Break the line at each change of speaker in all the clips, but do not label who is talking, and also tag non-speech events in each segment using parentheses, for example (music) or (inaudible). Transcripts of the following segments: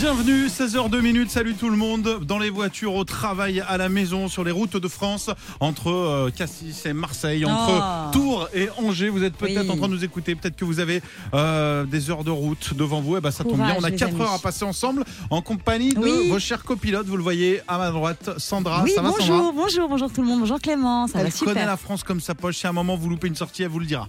Bienvenue, 16h02 minutes. Salut tout le monde. Dans les voitures, au travail, à la maison, sur les routes de France, entre euh, Cassis et Marseille, entre
Ah.
Tours et Angers. Vous êtes peut-être
Oui.
en train de nous écouter. Peut-être que vous avez euh, des heures de route devant vous. Et ben, ça tombe
Courage,
bien. On a
les
4
amis.
heures à passer ensemble en compagnie de
Oui.
vos chers copilotes. Vous le voyez à ma droite, Sandra.
oui,
Ah, ça va,
bonjour,
Sandra
bonjour, bonjour tout le monde, bonjour Clément, ça
Elle
va
connaît
super.
la France comme sa poche. Si à un moment vous loupez une sortie, elle vous le dira.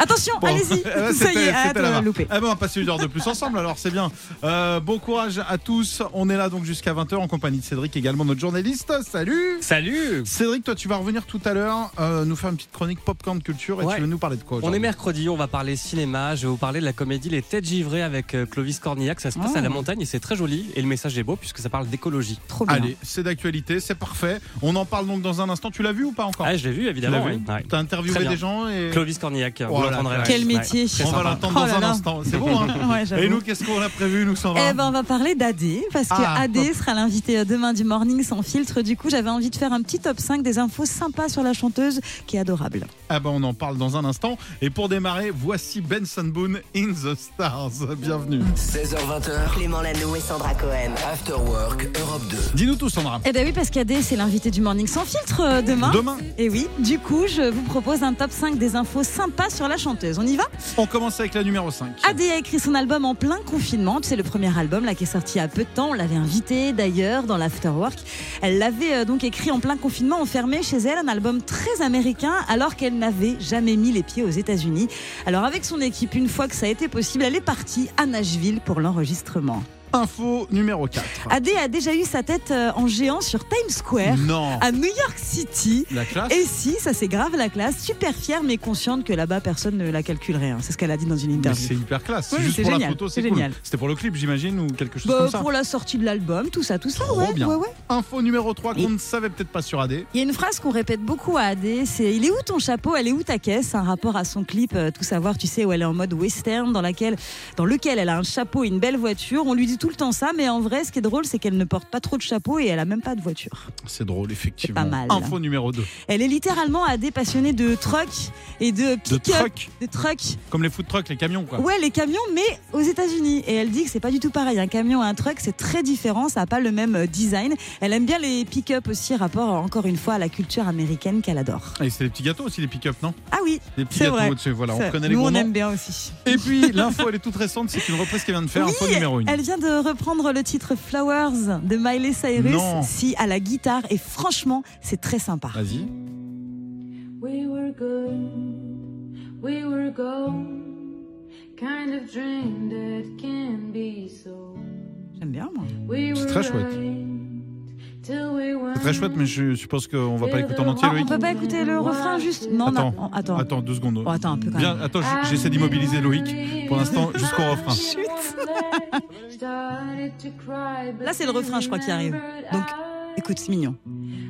Attention,
Bon. (laughs)
allez-y,
Eh ben,
ça
c'était-
y est,
c'était
hâte
là-bas.
de louper.
Eh ben, on va passer une heure de plus ensemble, alors c'est bien. Euh, bon courage à tous. On est là donc jusqu'à 20h en compagnie de Cédric, également notre journaliste. Salut
Salut
Cédric, toi tu vas revenir tout à l'heure, euh, nous faire une petite chronique popcorn culture et
Ouais.
tu veux nous parler de
On
quoi
est
aujourd'hui
mercredi, on va parler cinéma, je vais vous parler de la comédie Les Têtes Givrées avec euh, Clovis Cornillac, ça se passe
Oh.
à la montagne et c'est très joli et le message est beau puisque ça parle d'écologie.
Trop bien.
hein.
Allez, c'est d'actualité, c'est parfait. On en parle donc dans un instant. Tu l'as vu ou pas encore
Ah, je l'ai vu évidemment.
Tu l'as vu
oui. Ouais.
T'as interviewé
Très bien.
des gens et
Clovis Cornillac, vous
Oh là
l'entendrez
là.
là.
Quel
Ouais,
métier.
très
on va
sympa.
l'entendre dans
Oh là
un
là.
instant. C'est bon hein
(laughs) (laughs) Ouais, j'avoue.
Et nous, qu'est-ce qu'on a prévu, nous, Sandra
Eh ben, on va parler d'AD, parce que
Ah.
AD sera l'invité euh, demain du Morning sans filtre. Du coup, j'avais envie de faire un petit top 5 des infos sympas sur la chanteuse qui est adorable.
Ah ben on en parle dans un instant. Et pour démarrer, voici Benson Boone in the Stars. Bienvenue.
16h20.
Clément Lano et Sandra Cohen.
After Work Europe 2.
Dis-nous tout Sandra.
Eh ben oui, parce qu'AD, c'est l'invité du Morning sans filtre euh, demain.
Demain,
Et oui, du coup, je vous propose un top 5 des infos sympas sur la chanteuse. On y va
on commence avec la numéro 5.
Adé a écrit son album en plein confinement. C'est le premier album là qui est sorti il y a peu de temps. On l'avait invitée d'ailleurs dans l'afterwork. Elle l'avait euh, donc écrit en plein confinement, enfermée chez elle, un album très américain alors qu'elle n'avait jamais mis les pieds aux États-Unis. Alors avec son équipe, une fois que ça a été possible, elle est partie à Nashville pour l'enregistrement.
Info numéro 4.
Adé a déjà eu sa tête euh, en géant sur Times Square
Non.
à New York City.
La classe
Et si, ça c'est grave la classe, super fière mais consciente que là-bas personne ne la calculerait. hein. C'est ce qu'elle a dit dans une
Mais
interview.
c'est hyper classe.
Oui,
Juste
c'est
pour la
génial,
photo, c'est
c'est
cool.
génial.
C'était pour le clip, j'imagine, ou quelque chose
Bah,
comme ça.
pour la sortie de l'album, tout ça, tout ça,
Trop
ouais,
bien.
ouais, ouais.
Info numéro 3 qu'on
Et-
ne savait peut-être pas sur AD.
Il y a une phrase qu'on répète beaucoup à AD, c'est Il est où ton chapeau Elle est où ta caisse Un rapport à son clip, euh, tout savoir, tu sais, où elle est en mode western, dans, laquelle, dans lequel elle a un chapeau et une belle voiture. On lui dit tout le temps ça, mais en vrai, ce qui est drôle, c'est qu'elle ne porte pas trop de chapeau et elle a même pas de voiture.
C'est drôle, effectivement.
C'est pas mal.
Info numéro 2.
Elle est littéralement AD passionnée de truck et de
De
pick-up,
truck,
de truck.
comme les food trucks, les camions, quoi.
(laughs) Ouais, les camions, mais aux États-Unis. Et elle dit que c'est pas du tout pareil. Un camion et un truck, c'est très différent. Ça n'a pas le même euh, design. Elle aime bien les pick-up aussi, rapport euh, encore une fois à la culture américaine qu'elle adore.
Et c'est des petits gâteaux aussi, les pick-up, non
Ah oui,
Des petits
C'est
gâteaux
vrai.
au-dessus. Voilà, on
ça,
connaît les
nous
gros
on
noms.
aime bien aussi.
Et puis, l'info, elle est toute récente. C'est une reprise qu'elle vient de faire.
Oui,
info numéro 1.
Elle vient de reprendre le titre Flowers de Miley Cyrus,
Non.
si à la guitare. Et franchement, c'est très sympa.
Vas-y.
We were good, we were gold, kind of dream that can be so.
J'aime bien moi.
We
C'est
were
très chouette.
right till we weren't.
C'est très chouette, mais je suppose qu'on va pas l'écouter en entier,
Ah,
oui.
on
Loïc.
peut pas écouter le refrain juste Non,
Attends.
non, attends.
Attends, deux secondes.
Oh, attends un peu quand même.
Bien, attends, j- j'essaie d'immobiliser Loïc. Pour l'instant, jusqu'au refrain.
Chut.
Là, c'est le refrain, je crois, qui arrive. Donc, Écoute, c'est mignon.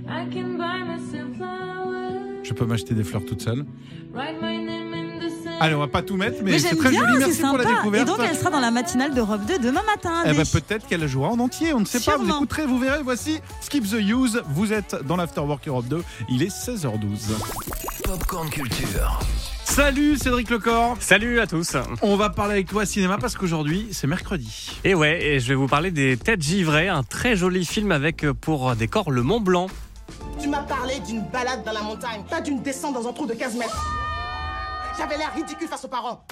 I can buy myself flowers,
Je peux m'acheter des fleurs toute seule.
write my name in the sand.
Allez, on va pas tout mettre, mais,
Mais
c'est
j'aime
très
bien,
joli.
c'est
Merci pour
sympa.
la découverte.
Et donc elle sera dans la matinale d'Europe 2 demain matin.
Eh
Adé.
ben, peut-être qu'elle jouera en entier, on ne sait pas. Vous
Sûrement.
écouterez, vous verrez. Voici Skip the Use. Vous êtes dans l'Afterwork Europe 2. Il est 16h12.
Popcorn Culture.
Salut Cédric Lecor.
Salut à tous
On va parler avec toi cinéma parce qu'aujourd'hui, c'est mercredi.
Et ouais, et je vais vous parler des Têtes Givrées, un très joli film avec euh, pour décor le Mont Blanc.
Tu m'as parlé d'une balade dans la montagne, pas d'une descente dans un trou de 15 mètres. J'avais l'air ridicule face aux parents.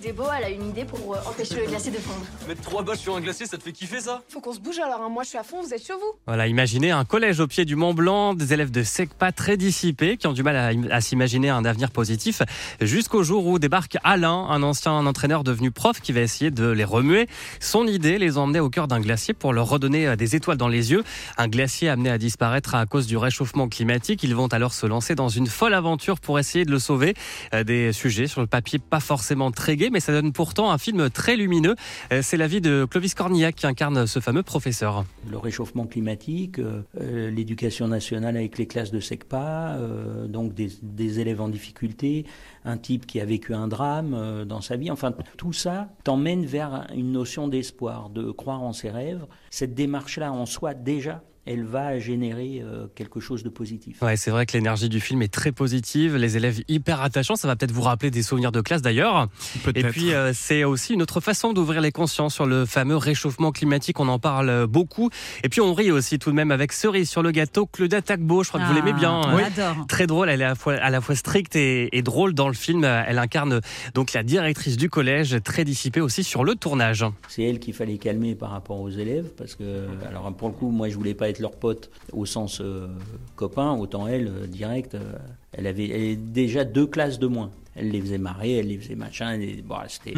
Débo, elle a une idée pour euh, empêcher le glacé de fondre.
Mettre trois bâches sur un glacier, ça te fait kiffer ça
Faut qu'on se bouge alors, hein. moi je suis à fond, vous êtes chez vous.
Voilà, imaginez un collège au pied du Mont Blanc, des élèves de SECPA très dissipés qui ont du mal à, à s'imaginer un avenir positif, jusqu'au jour où débarque Alain, un ancien entraîneur devenu prof qui va essayer de les remuer. Son idée, les emmener au cœur d'un glacier pour leur redonner euh, des étoiles dans les yeux. Un glacier amené à disparaître à cause du réchauffement climatique. Ils vont alors se lancer dans une folle aventure pour essayer de le sauver. Euh, Des sujets sur le papier pas forcément très gais, mais ça donne pourtant un film très lumineux. Euh, C'est la vie de Clovis Cornillac qui incarne ce fameux professeur.
le réchauffement climatique, euh, euh, l'éducation nationale avec les classes de SECPA, euh, donc des, des élèves en difficulté, un type qui a vécu un drame euh, dans sa vie, enfin tout ça t'emmène vers une notion d'espoir, de croire en ses rêves. Cette démarche-là en soi déjà elle va générer euh, quelque chose de positif.
Ouais, c'est vrai que l'énergie du film est très positive, les élèves hyper attachants, ça va peut-être vous rappeler des souvenirs de classe d'ailleurs. Et
Peut-être.
puis euh, c'est aussi une autre façon d'ouvrir les consciences sur le fameux réchauffement climatique, on en parle euh, beaucoup. Et puis on rit aussi tout de même avec cerise sur le gâteau, Claudia Tagbo, je crois que vous l'aimez bien.
Ah, J'adore.
Très drôle, elle est à la fois, à la fois stricte et, et drôle dans le film. Elle incarne donc la directrice du collège, très dissipée aussi sur le tournage.
C'est elle qu'il fallait calmer par rapport aux élèves, parce que, alors pour le coup, moi je voulais pas être leur pote au sens euh, copain, autant elle, euh, direct, euh, elle avait elle avait déjà deux classes de moins. Elle les faisait marrer, elle les faisait machin, elle les- bon, c'était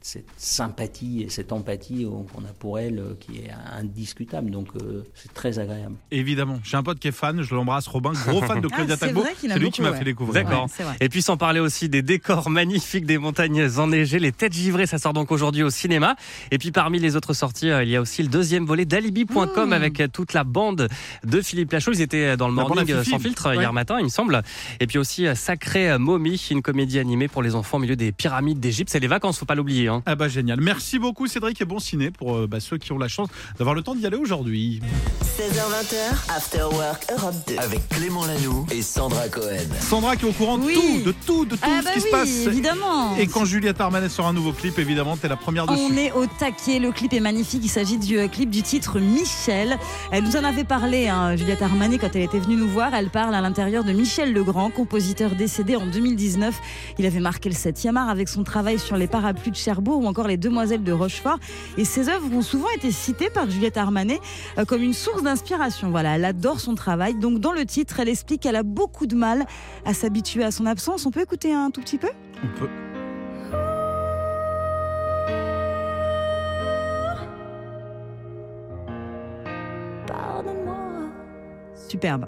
cette sympathie et cette empathie euh, qu'on a pour elle euh, qui est indiscutable, donc euh, c'est très agréable.
Évidemment. J'ai un pote qui est fan, je l'embrasse, Robin, gros fan
(laughs)
de
Ah,
Claudia
c'est
Tagbo.
vrai qu'il aime
C'est lui qui
beaucoup,
m'a
ouais.
fait découvrir.
D'accord.
Ouais, c'est vrai.
Et puis sans parler aussi des décors magnifiques des montagnes enneigées, les têtes givrées, ça sort donc aujourd'hui au cinéma. Et puis parmi les autres sorties, euh, il y a aussi le deuxième volet d'alibi.com avec euh, toute la bande de Philippe Lachaud. Ils étaient dans le
Mmh. La bande
morning
à
euh,
Fifi.
sans filtre euh,
Ouais.
hier matin, il me semble. Et puis aussi euh, Sacré euh, Momie, une comédie animée pour les enfants au milieu des pyramides d'Égypte. C'est les vacances, faut pas l'oublier. hein.
Ah bah génial. Merci beaucoup Cédric et bon ciné pour euh, bah, ceux qui ont la chance d'avoir le temps d'y aller aujourd'hui.
16h20h, After Work Europe 2.
Avec Clément Lanoux et Sandra Cohen.
Sandra qui est au courant de
Oui.
tout, de tout, de tout
Ah
ce
bah
qui se
oui,
passe.
évidemment.
Et quand Juliette Armanet sort un nouveau clip, évidemment, t'es la première dessus.
On est au taquet, le clip est magnifique. Il s'agit du euh, clip du titre Michel. Elle nous en avait parlé, hein, Juliette Armanet, quand elle était venue nous voir. Elle parle à l'intérieur de Michel Legrand, compositeur décédé en 2019. Il avait marqué le 7e art avec son travail sur les parapluies de Cherbourg ou encore les Demoiselles de Rochefort. Et ses œuvres ont souvent été citées par Juliette Armanet euh, comme une source d'inspiration. Voilà, elle adore son travail. Donc, dans le titre, elle explique qu'elle a beaucoup de mal à s'habituer à son absence. On peut écouter un tout petit peu
On peut.
Superbe.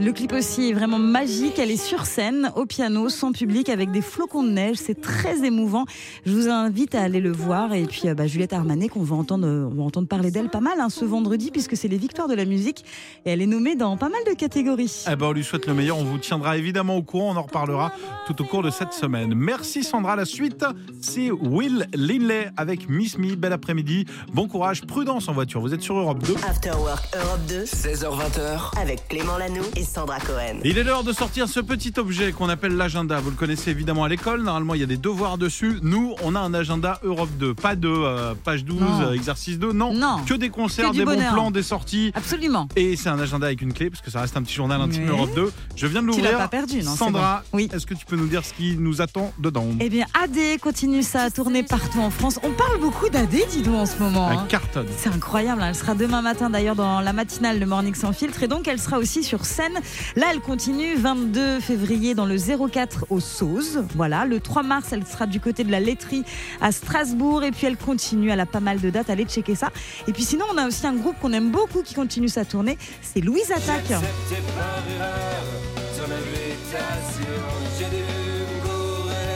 Le clip aussi est vraiment magique. Elle est sur scène, au piano, sans public, avec des flocons de neige. C'est très émouvant. Je vous invite à aller le voir. Et puis, euh, bah, Juliette Armanet, qu'on va entendre, euh, on va entendre parler d'elle pas mal hein, ce vendredi, puisque c'est les victoires de la musique. Et elle est nommée dans pas mal de catégories.
Eh ben, on lui souhaite le meilleur. On vous tiendra évidemment au courant. On en reparlera tout au cours de cette semaine. Merci Sandra. La suite, c'est Will Linley avec Miss Me. Bel après-midi. Bon courage. Prudence en voiture. Vous êtes sur Europe 2.
After Work Europe 2
16h20h,
avec Clément Lanoux et Sandra Cohen.
Il est l'heure de sortir ce petit objet qu'on appelle l'agenda. Vous le connaissez évidemment à l'école. Normalement, il y a des devoirs dessus. Nous, on a un agenda Europe 2. Pas de euh, page 12,
Non.
euh, exercice 2. Non.
Non.
Que des concerts,
Que du
des bons
bonheur.
plans, des sorties.
Absolument.
Et c'est un agenda avec une clé, parce que ça reste un petit journal intime
Mais-
Europe 2. Je viens de
Tu
l'ouvrir.
l'as pas perdu, non c'est
Sandra,
bon. Oui.
est-ce que tu peux nous dire ce qui nous attend dedans
Eh bien, AD continue sa tournée partout en France. On parle beaucoup d'AD, dis donc, en ce moment. hein.
Un carton.
C'est incroyable, hein. elle sera demain matin d'ailleurs dans la matinale Le Morning Sans Filtre et donc elle sera aussi sur scène. Là, elle continue 22 février dans le 04 au Sauze. Voilà, le 3 mars, elle sera du côté de la laiterie à Strasbourg et puis elle continue, elle a pas mal de dates, allez checker ça. Et puis sinon, on a aussi un groupe qu'on aime beaucoup qui continue sa tournée, c'est Louise Attaque.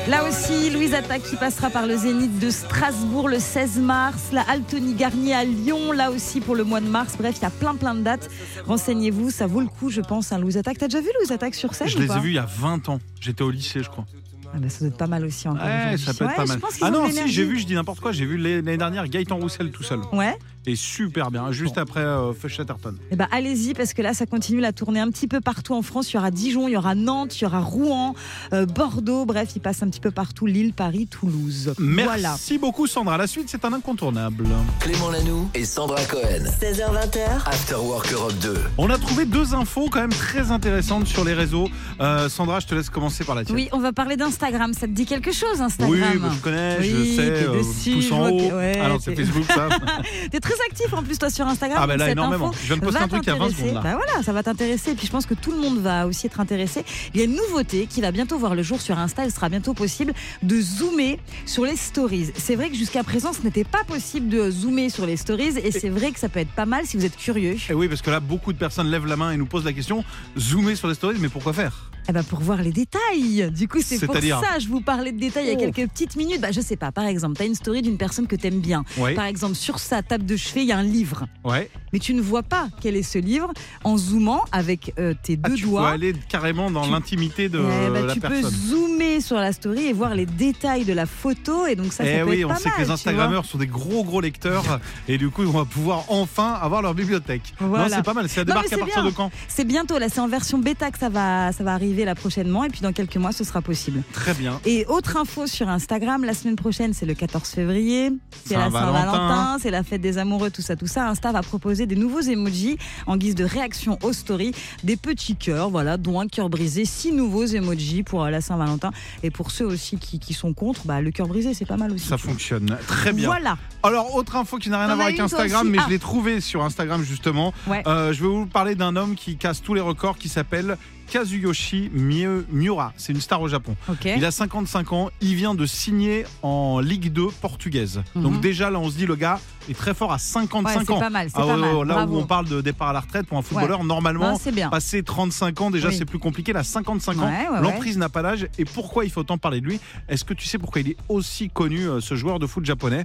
Là aussi, Louise Attaque qui passera par le Zénith de Strasbourg le 16 mars, la Altony Garnier à Lyon, là aussi pour le mois de mars. Bref, il y a plein plein de dates. Renseignez-vous, ça vaut le coup, je pense, hein, Louise Attaque. T'as déjà vu Louise Attaque sur scène
Je
ou
les
pas
ai vus il y a 20 ans. J'étais au lycée, je crois.
Ah bah, Ça doit être pas mal aussi encore.
Ouais,
aujourd'hui.
ça peut être
Ouais,
pas
je
mal.
pense qu'ils
Ah
ont de
non, si,
l'énergie.
j'ai vu, je dis n'importe quoi, j'ai vu l'année l'année dernière Gaëtan Roussel tout seul.
Ouais,
Et super bien, juste après euh, Feu Chatterton.
et bah allez-y parce que là ça continue la tournée un petit peu partout en France. Il y aura Dijon, il y aura Nantes, il y aura Rouen, euh, Bordeaux, bref, il passe un petit peu partout, Lille, Paris, Toulouse.
Merci
Voilà.
beaucoup Sandra. La suite, c'est un incontournable.
Clément Lanoux et Sandra Cohen.
16h20h,
After Work Europe 2.
On a trouvé deux infos quand même très intéressantes sur les réseaux. Euh, Sandra, je te laisse commencer par la tienne.
Oui, on va parler d'Instagram. Ça te dit quelque chose,
Oui,
Instagram
bah, je connais,
Oui,
je sais,
t'es
euh,
dessus,
pouce
je
en
vois
haut.
que- ouais,
ah non, c'est
t'es-
Facebook
(laughs)
ça.
T'es très actif en plus toi sur Instagram.
Ah ben
donc
là,
cette
énormément.
info
Je viens de poster
va
un truc il y a 20
t'intéresser.
secondes, là.
Bah voilà, ça va t'intéresser. Et puis je pense que tout le monde va aussi être intéressé. Il y a une nouveauté qui va bientôt voir le jour sur Insta. Il sera bientôt possible de zoomer sur les stories. C'est vrai que jusqu'à présent, ce n'était pas possible de zoomer sur les stories. Et c'est vrai que ça peut être pas mal si vous êtes curieux.
Eh Et oui, parce que là, beaucoup de personnes lèvent la main et nous posent la question zoomer sur les stories, mais pourquoi faire
Eh ben, pour voir les détails. Du coup, c'est pour
C'est-à-dire Oh.
ça je vous parlais de détails il y a quelques petites minutes. Bah, je sais pas, par exemple, tu as une story d'une personne que t'aimes bien.
Ouais.
Par exemple, sur sa table de chevet, il y a un livre.
Ouais.
Mais tu ne vois pas quel est ce livre en zoomant avec euh, tes
Ah,
deux
tu peux
doigts.
aller carrément dans
Tu-
l'intimité de
Eh ben,
Euh, la
tu peux
personne.
zoomer sur la story et voir les détails de la photo et donc ça, ça
eh
peut
oui,
être
on
pas
sait
mal,
que les
tu
Instagrammeurs sont des gros gros lecteurs et du coup on va pouvoir enfin avoir leur bibliothèque.
Voilà.
Non, c'est pas mal, ça
Non, mais
débarque à
c'est
partir
bien.
de quand
vois. C'est bientôt là, c'est en version bêta que ça va, ça va arriver là prochainement et puis dans quelques mois ce sera possible.
Très bien.
Et autre info sur Instagram, la semaine prochaine c'est le 14 février, c'est la
Saint-Valentin.
Saint-Valentin, c'est la fête des amoureux, tout ça, tout ça. Insta va proposer des nouveaux emojis en guise de réaction aux stories, des petits cœurs, voilà, dont un cœur brisé, six nouveaux emojis pour euh, la Saint-Valentin et pour ceux aussi qui, qui sont contre, bah, le cœur brisé c'est pas mal aussi.
Ça fonctionne très bien.
Voilà.
Alors, autre info qui n'a rien
T'en
à voir
as
avec
une, toi
Instagram,
aussi
mais
Ah.
je l'ai trouvé sur Instagram justement.
Ouais.
Euh, je vais vous parler d'un homme qui casse tous les records qui s'appelle Kazuyoshi Mie- Miura. C'est une star au Japon.
Ok.
Il a 55 ans, il vient de signer en Ligue 2 portugaise.
Mhm.
Donc déjà là on se dit le gars est très fort à 55
Ouais, c'est
ans.
pas mal, c'est
Ah
pas
ouais,
mal.
ouais, là
Bravo.
où on parle de départ à la retraite pour un footballeur, normalement,
Non, c'est bien.
passer 35 ans déjà
Oui.
c'est plus compliqué. Là 55 ans,
Ouais, ouais,
l'emprise n'a pas d'âge. Et pourquoi il faut tant parler de lui Est-ce que tu sais pourquoi il est aussi connu euh, ce joueur de foot japonais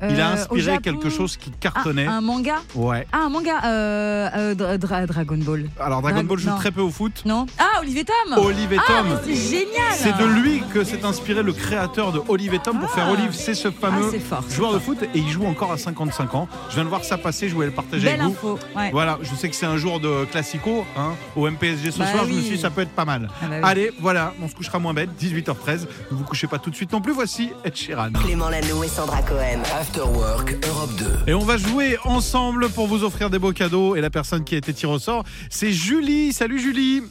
Il a
Euh, au
inspiré
Japon-
quelque chose qui
Ah,
cartonnait.
un manga
Ouais.
Ah, un manga euh, euh, Dra- Dra- Dragon Ball.
Alors Dragon
Dra-
Ball joue
non.
très peu au foot.
Non Ah, Olivier Tom
Olive et
Ah,
Tom.
mais c'est génial
C'est de lui que s'est inspiré le créateur de Olive et Tom pour
Ah.
faire Olive. C'est ce
Ah,
fameux
c'est fort, c'est
joueur de foot et il joue encore à 55 ans. Je viens de voir ça passer, je voulais le partager
Belle
avec vous.
info. Ouais.
Voilà, je sais que c'est un jour de classico hein, au MPSG ce
Bah
soir. Je me
oui.
suis dit, ça peut être pas mal.
Ah bah oui.
Allez, voilà, on se couchera moins bête, 18h13. Ne vous couchez pas tout de suite non plus. Voici Ed Sheeran.
Clément Lanou et Sandra Cohen.
After Work Europe 2.
Et on va jouer ensemble pour vous offrir des beaux cadeaux. Et la personne qui a été tirée au sort, c'est Julie. Salut Julie.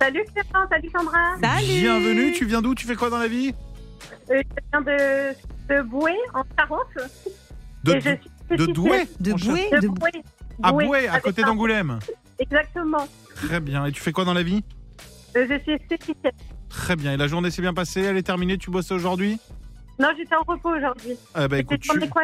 Salut Clément, salut Sandra.
Salut
Bienvenue. Tu viens d'où Tu fais quoi dans la vie
Euh, je viens de, de Boué, en Charente.
De,
et je suis
de Douai
De
mon cher.
Boué
De
de-
Boué.
À
Boué,
Boué, à
avec
côté
un-
d'Angoulême.
Exactement.
Très bien. Et tu fais quoi dans la vie
Euh, je suis esthéticienne.
Très bien. Et la journée s'est bien passée, elle est terminée, tu bosses aujourd'hui
Non, j'étais en repos aujourd'hui.
Eh ben,
J'étais
écoute,
sur
tu-
mes quoi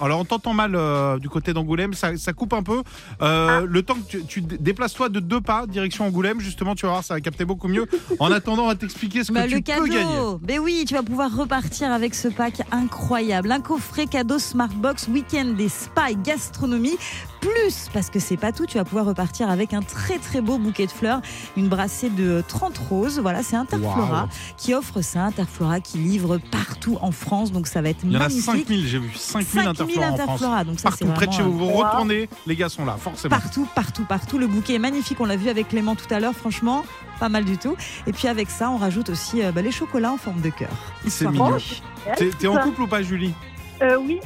Alors on t'entend mal euh, du côté d'Angoulême, ça, ça coupe un peu.
Ah.
Euh, Le temps que tu, tu dé- déplaces-toi de deux pas direction Angoulême, justement, tu vas voir, ça va capter beaucoup mieux. En attendant, on va t'expliquer ce que
Bah,
tu
le
peux gagner.
cadeau Mais oui, tu vas pouvoir repartir avec ce pack incroyable. Un coffret cadeau Smartbox Week-end des spas et gastronomie. Plus, parce que c'est pas tout, tu vas pouvoir repartir avec un très très beau bouquet de fleurs, une brassée de 30 roses. Voilà, c'est Interflora
Waouh.
qui offre ça. Interflora qui livre partout en France, donc ça va être
Il y en a
magnifique.
5000, j'ai vu, 5000 interflorants en France.
Interflora, donc ça c'est
Partout près de
vraiment
chez vous,
un-
vous retournez, les gars sont là, forcément.
Partout, partout, partout. Le bouquet est magnifique. On l'a vu avec Clément tout à l'heure. Franchement, pas mal du tout. Et puis avec ça, on rajoute aussi euh, bah, les chocolats en forme de cœur.
C'est
Histoire
mignon.
de-
T'es t'es en couple ou pas, Julie
Euh, oui,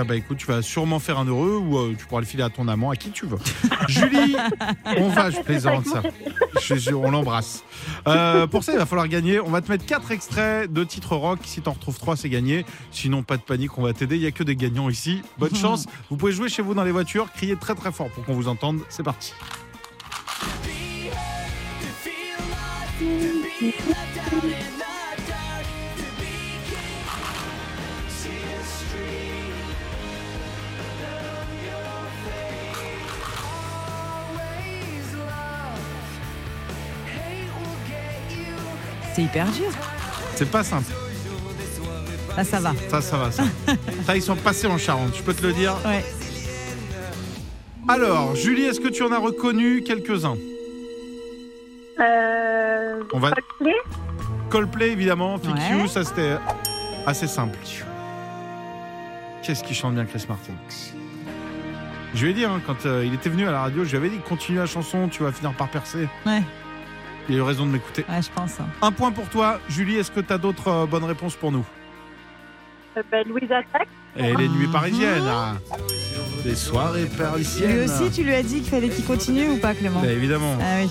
Ah bah écoute, tu vas sûrement faire un heureux ou euh, tu pourras le filer à ton amant, à qui tu veux. (laughs) Julie, on va, je plaisante ça. Je te jure, on l'embrasse. Euh, pour ça, il va falloir gagner. On va te mettre quatre extraits de titres rock. Si t'en retrouves trois, c'est gagné. Sinon, pas de panique, on va t'aider. Il y a que des gagnants ici. Bonne chance. Vous pouvez jouer chez vous dans les voitures, crier très très fort pour qu'on vous entende. C'est parti.
C'est hyper dur.
C'est pas simple.
Là, ça va.
Ça, ça va, ça. Ça, ils sont passés en Charente, je peux te le dire.
Ouais.
Alors, Julie, est-ce que tu en as reconnu quelques-uns
euh,
On va-
Coldplay,
Coldplay évidemment, Fix
Ouais.
You, ça c'était assez simple. Qu'est-ce qui chante bien Chris Martin Je lui ai dit hein, quand euh, il était venu à la radio, je lui avais dit continue la chanson, tu vas finir par percer.
Ouais.
Il a eu raison de m'écouter.
Ouais, je pense. hein.
Un point pour toi, Julie, est-ce que tu as d'autres euh, bonnes réponses pour nous
euh, ben, Louise Attaque.
Et les
Ah.
nuits parisiennes hein. là. Les soirées
Lui
parisiennes
aussi, tu lui as dit qu'il fallait qu'il continue ou pas, Clément
Bah, Évidemment,
Ah oui.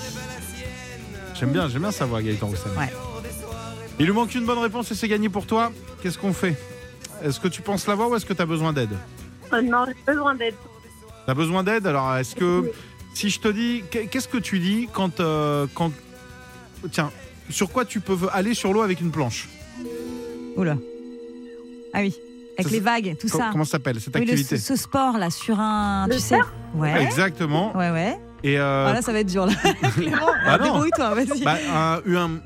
j'aime bien, j'aime bien savoir Gaëtan Roussel.
Ouais.
Il lui manque une bonne réponse et c'est gagné pour toi. Qu'est-ce qu'on fait Est-ce que tu penses l'avoir ou est-ce que tu as besoin d'aide
Euh, non, j'ai besoin d'aide.
T'as besoin d'aide Alors, est-ce que si je te dis, qu'est- qu'est-ce que tu dis quand, euh, quand, tiens, sur quoi tu peux aller sur l'eau avec une planche
Oula. Ah oui. Avec
Ça,
les vagues, tout
Co-
ça.
Comment ça s'appelle cette
Oui, le-
activité
ce, ce sport là sur un,
Le
tu sais. Ouais.
Exactement.
Ouais, ouais.
Et Ah euh,
Ah, là, ça va être
(laughs)
dur, là. Clément,
Bah non.
débrouille-toi, vas-y.
bah, un
(laughs)
U1,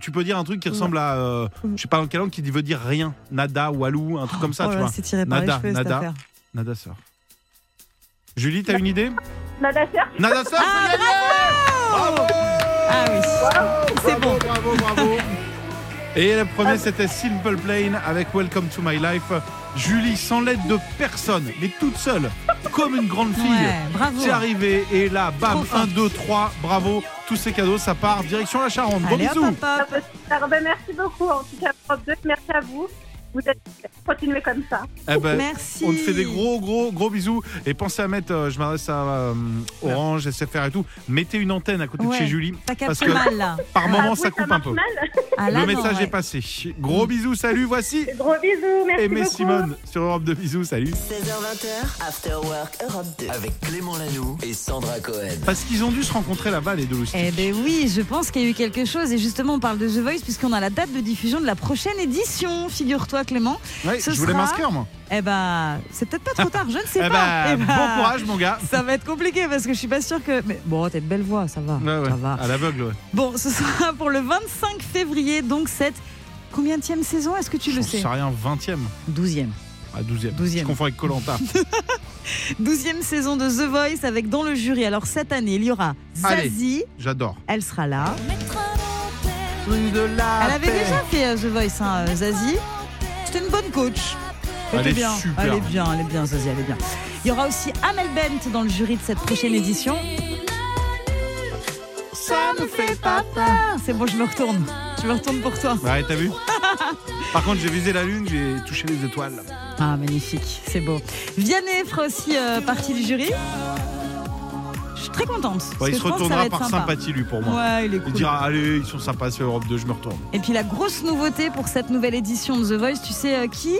tu peux dire un truc qui ressemble à, euh, je sais pas dans quelle langue, qui veut dire rien, nada ou alou, un truc comme ça,
Mm. Oh
tu
là,
vois.
c'est tiré par les
Nada,
cheveux, cette
nada.
affaire.
Nada sœur. Julie, t'as une idée
Nada Surf,
Nada sœur,
Ah,
c'est gagné Bravo
Ah oui. C'est bon.
Bravo, bravo. Et le premier, c'était Simple Plane avec Welcome to My Life. Julie, sans l'aide de personne, mais toute seule, comme une grande fille.
Ouais, bravo.
C'est arrivé et là, bam,
Trop fort.
1, 2, 3, bravo. Tous ces cadeaux, ça part direction la Charente. Bon
Allez, hop,
bisous.
hop, hop.
Ah ben, merci beaucoup en tout cas pour deux. Merci à vous. Vous êtes continuez comme ça.
Eh ben,
Merci.
On te fait des gros, gros, gros bisous. Et pensez à mettre, euh, je m'adresse à euh, Orange, SFR et tout, mettez une antenne à côté de
Ouais.
chez Julie.
T'as
Parce
capté
que
mal, là.
par moment,
Ah,
ça
oui,
coupe un
marche
peu.
mal.
Ah, là,
Le
non,
message
ouais.
est passé. Gros bisous, salut, voici
Gros bisous. Merci
Aimé
beaucoup.
Simone sur Europe de Bisous, salut.
16h20, After Work Europe 2.
Avec Clément Lanoux et Sandra Cohen.
Parce qu'ils ont dû se rencontrer là-bas, les deux loustiques.
Eh ben oui, je pense qu'il y a eu quelque chose. Et justement, on parle de The Voice puisqu'on a la date de diffusion de la prochaine édition, figure-toi Clément.
Ouais,
ce
je voulais
sera-
m'inscrire, moi.
Eh ben, c'est peut-être pas trop tard, je ne sais
(laughs) Eh ben,
pas. Eh ben,
bon courage, mon gars.
Ça va être compliqué parce que je suis pas sûre que. Mais bon, t'as une belle voix, ça va.
Ouais, ouais,
Ça va.
À l'aveugle, ouais.
Bon, ce sera pour le 25 février, donc cette. Combien de saison Est-ce que tu le
J'en
sais
sais rien, 20 e
12e.
à 12 e Je
Douzième.
confonds avec Colanta.
12e saison de The Voice avec Dans le jury. Alors cette année, il y aura
Allez.
Zazie,
J'adore.
elle sera là.
de
Elle avait déjà fait euh, The Voice, hein, euh, Zazie. C'était une bonne coach.
Elle
était
est
bien.
super.
Elle est bien, elle est bien, Zazie, elle est bien. Il y aura aussi Amel Bent dans le jury de cette prochaine édition. Ça me fait pas peur. Ah, C'est bon, je me retourne. Je me retourne pour toi.
Ouais, t'as vu Par contre, j'ai visé la lune, j'ai touché les étoiles.
Ah, magnifique, c'est beau. Vianney fera aussi euh, partie du jury. Je suis très contente. parce
Bon, il
que
se
je pense que ça va
retournera
être
par
sympa.
sympathie, lui, pour moi.
Ouais, il est
Il
cool.
dira Allez, ils sont sympas, c'est Europe 2, je me retourne.
Et puis la grosse nouveauté pour cette nouvelle édition de The Voice, tu sais euh, qui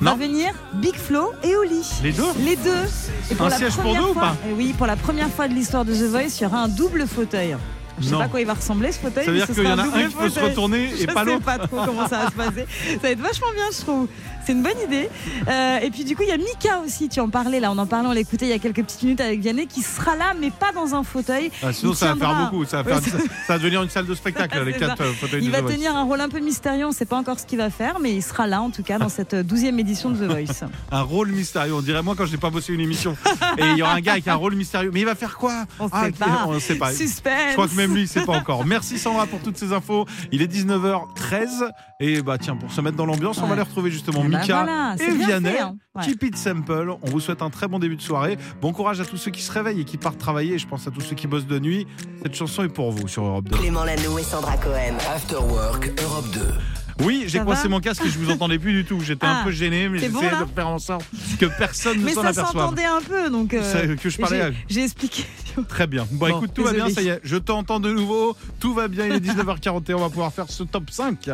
Non.
va venir Big Flo et Oli.
Les deux
Les deux. Et
Un siège pour
première
deux ou
fois-
pas
Eh Oui, pour la première fois de l'histoire de The Voice, il y aura un double fauteuil. Je sais
Non.
pas à quoi il va ressembler ce fauteuil.
Ça veut
mais
dire
ce
qu'il y
sera
en a
double
un qui peut se
fauteuil.
retourner
Je
et pas
sais
l'autre.
pas trop comment ça va se passer. Ça va être vachement bien, je trouve. C'est une bonne idée. Euh, et puis du coup, il y a Mika aussi. Tu en parlais là, on en parlait, on l'écoutait il y a quelques petites minutes avec Vianney, qui sera là, mais pas dans un fauteuil.
Ah, sinon,
Il
ça va faire
tiendra.
beaucoup. Ça va,
Ouais,
faire- ça va devenir une salle de spectacle, les
(laughs) C'est
quatre
ça.
euh, fauteuils
Il
de
va
The Voice.
tenir un rôle un peu mystérieux, on ne sait pas encore ce qu'il va faire, mais il sera là en tout cas dans cette euh, 12e édition de The
(laughs)
Voice.
Un rôle mystérieux. On dirait moi quand je n'ai pas bossé une émission. Et il y aura un gars avec un rôle mystérieux. Mais il va faire quoi
On sait
Ah,
pas.
On sait pas.
Suspense
Je crois que même lui, il sait pas encore. Merci Sandra pour toutes ces infos. Il est 19h13. Et bah tiens, pour se mettre dans l'ambiance, on va
Ouais.
les retrouver justement
Eh ben
Mika
voilà, c'est
et
bien
Vianney.
fait, hein. Ouais.
Keep it simple. On vous souhaite un très bon début de soirée. Bon courage à tous ceux qui se réveillent et qui partent travailler. Je pense à tous ceux qui bossent de nuit. Cette chanson est pour vous sur Europe 2.
Clément Lanoux et Sandra Cohen.
After Work Europe 2.
Oui, j'ai
Ça
coincé
va
mon casque et je vous entendais plus du tout. J'étais un
Ah,
peu gêné, mais
c'est
j'essayais
bon, là
de faire en sorte que personne ne
Mais
s'en
ça
aperçoive.
s'entendait un peu, donc euh,
Ça, que je parlais
j'ai-
à-
j'ai expliqué. (laughs)
Très bien. Bon,
Bon,
écoute, tout va
désolé.
bien, ça y est. Je t'entends de nouveau. Tout va bien. Il est 19h41. On va pouvoir faire ce top 5.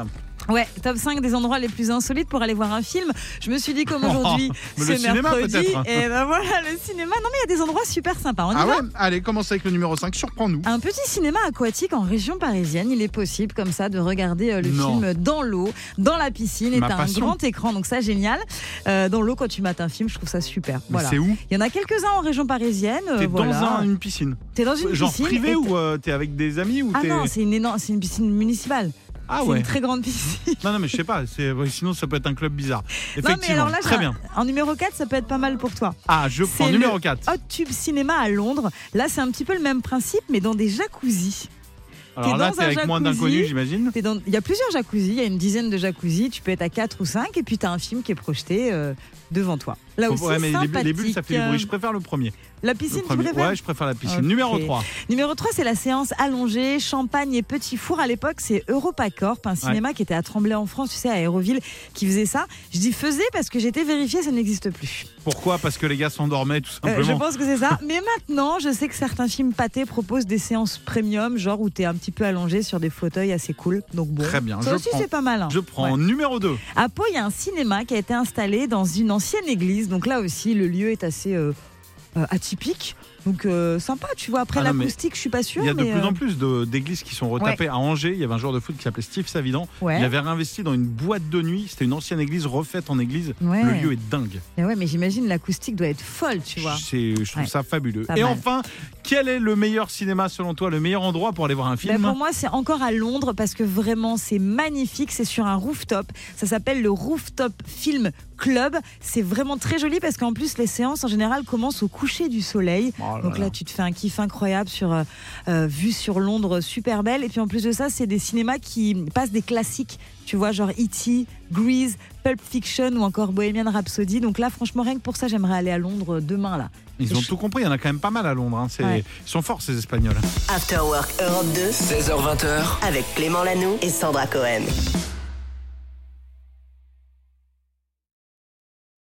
Ouais, top 5 des endroits les plus insolites pour aller voir un film. Je me suis dit comme
Oh,
aujourd'hui,
(laughs) mais
c'est
le cinéma,
mercredi,
peut-être. hein.
et ben voilà le cinéma. Non mais il y a des endroits super sympas. On y
Ah
va Ah,
ouais Allez, commence avec le numéro 5. Surprends-nous.
Un petit cinéma aquatique en région parisienne, il est possible comme ça de regarder euh, le
Non.
film dans l'eau, dans la piscine, et
Ma
t'as un
passion.
grand écran, donc ça génial. Euh, dans l'eau quand tu mates un film, je trouve ça super.
Mais
Voilà.
c'est où
Il y en a quelques-uns en région parisienne. euh,
T'es
voilà.
dans un- une piscine.
T'es dans une
Genre
piscine.
privé
et
ou euh, t'es avec des amis ou
Ah
t'es-
non, c'est une énorme, c'est une piscine municipale.
Ah
c'est
ouais.
une très grande piscine.
Non, non, mais je sais pas. c'est- ouais, Sinon, ça peut être un club bizarre. Effectivement.
Non mais alors là,
Très
j'ai-
bien.
en numéro 4, ça peut être pas mal pour toi.
Ah, je prends
C'est
numéro
le
4.
Hot Tube Cinéma à Londres. Là, c'est un petit peu le même principe, mais dans des jacuzzis.
alors
t'es
là,
dans
t'es
un
avec moins
jacuzzi.
d'inconnus, j'imagine.
T'es dans- Il y a plusieurs jacuzzis, il y a une dizaine de jacuzzis, tu peux être à 4 ou 5 et puis tu as un film qui est projeté euh, devant toi. Là aussi,
Ouais, mais les, bu-
Ah sympathique.
les bulles, ça fait du bruit. Je préfère le premier.
La
Le
piscine, tu
premier.
préfères
Ouais, je préfère la piscine.
Ok.
Numéro 3.
Numéro 3, c'est la séance allongée, champagne et petit four. À l'époque, c'est EuropaCorp, un cinéma qui était à Tremblay en France, tu sais, à Aéroville, qui faisait ça. Je dis faisait parce que j'étais vérifiée, ça n'existe plus.
Pourquoi Parce que les gars s'endormaient, tout
Euh, je
simplement.
pense que
(laughs)
c'est ça. Mais maintenant, je sais que certains films pâtés proposent des séances premium, genre où t'es un petit peu allongé sur des fauteuils assez cool. Donc bon,
Très bien,
ça
je
aussi
prends.
c'est pas mal. hein.
Je prends
Ouais.
numéro 2.
À Pau, il y a un cinéma qui a été installé dans une ancienne église. Donc là aussi, le lieu est assez euh, euh, atypique. Donc euh, sympa, tu vois. Après
Ah non, mais
l'acoustique, je suis pas sûre.
Il y a de
mais,
plus
euh,
en plus de- d'églises qui sont retapées. À Angers, il y avait un joueur de foot qui s'appelait Steve Savidan.
Ouais.
Il avait réinvesti dans une boîte de nuit. C'était une ancienne église refaite en église.
Ouais.
Le lieu est dingue.
Mais ouais, mais j'imagine l'acoustique doit être folle, tu vois.
C'est- Je trouve
Ouais.
ça fabuleux.
Pas
Et
mal.
enfin, quel est le meilleur cinéma selon toi, le meilleur endroit pour aller voir un
Ben,
film
pour moi, c'est encore à Londres parce que vraiment, c'est magnifique. C'est sur un rooftop. Ça s'appelle le Rooftop Film Club. C'est vraiment très joli parce qu'en plus, les séances en général commencent au coucher du soleil.
Oh là
Donc
là.
là, tu te fais un kiff incroyable sur euh, euh, vue sur Londres, super belle. Et puis en plus de ça, c'est des cinémas qui passent des classiques. Tu vois, genre E.T., Grease, Pulp Fiction ou encore Bohemian Rhapsody. Donc là, franchement, rien que pour ça, j'aimerais aller à Londres demain. là.
Ils ont tout compris. Il y en a quand même pas mal à Londres. hein. C'est-
Ouais.
Ils sont forts, ces Espagnols.
After Work Europe 2
16h20h,
avec Clément Lanoux et Sandra Cohen.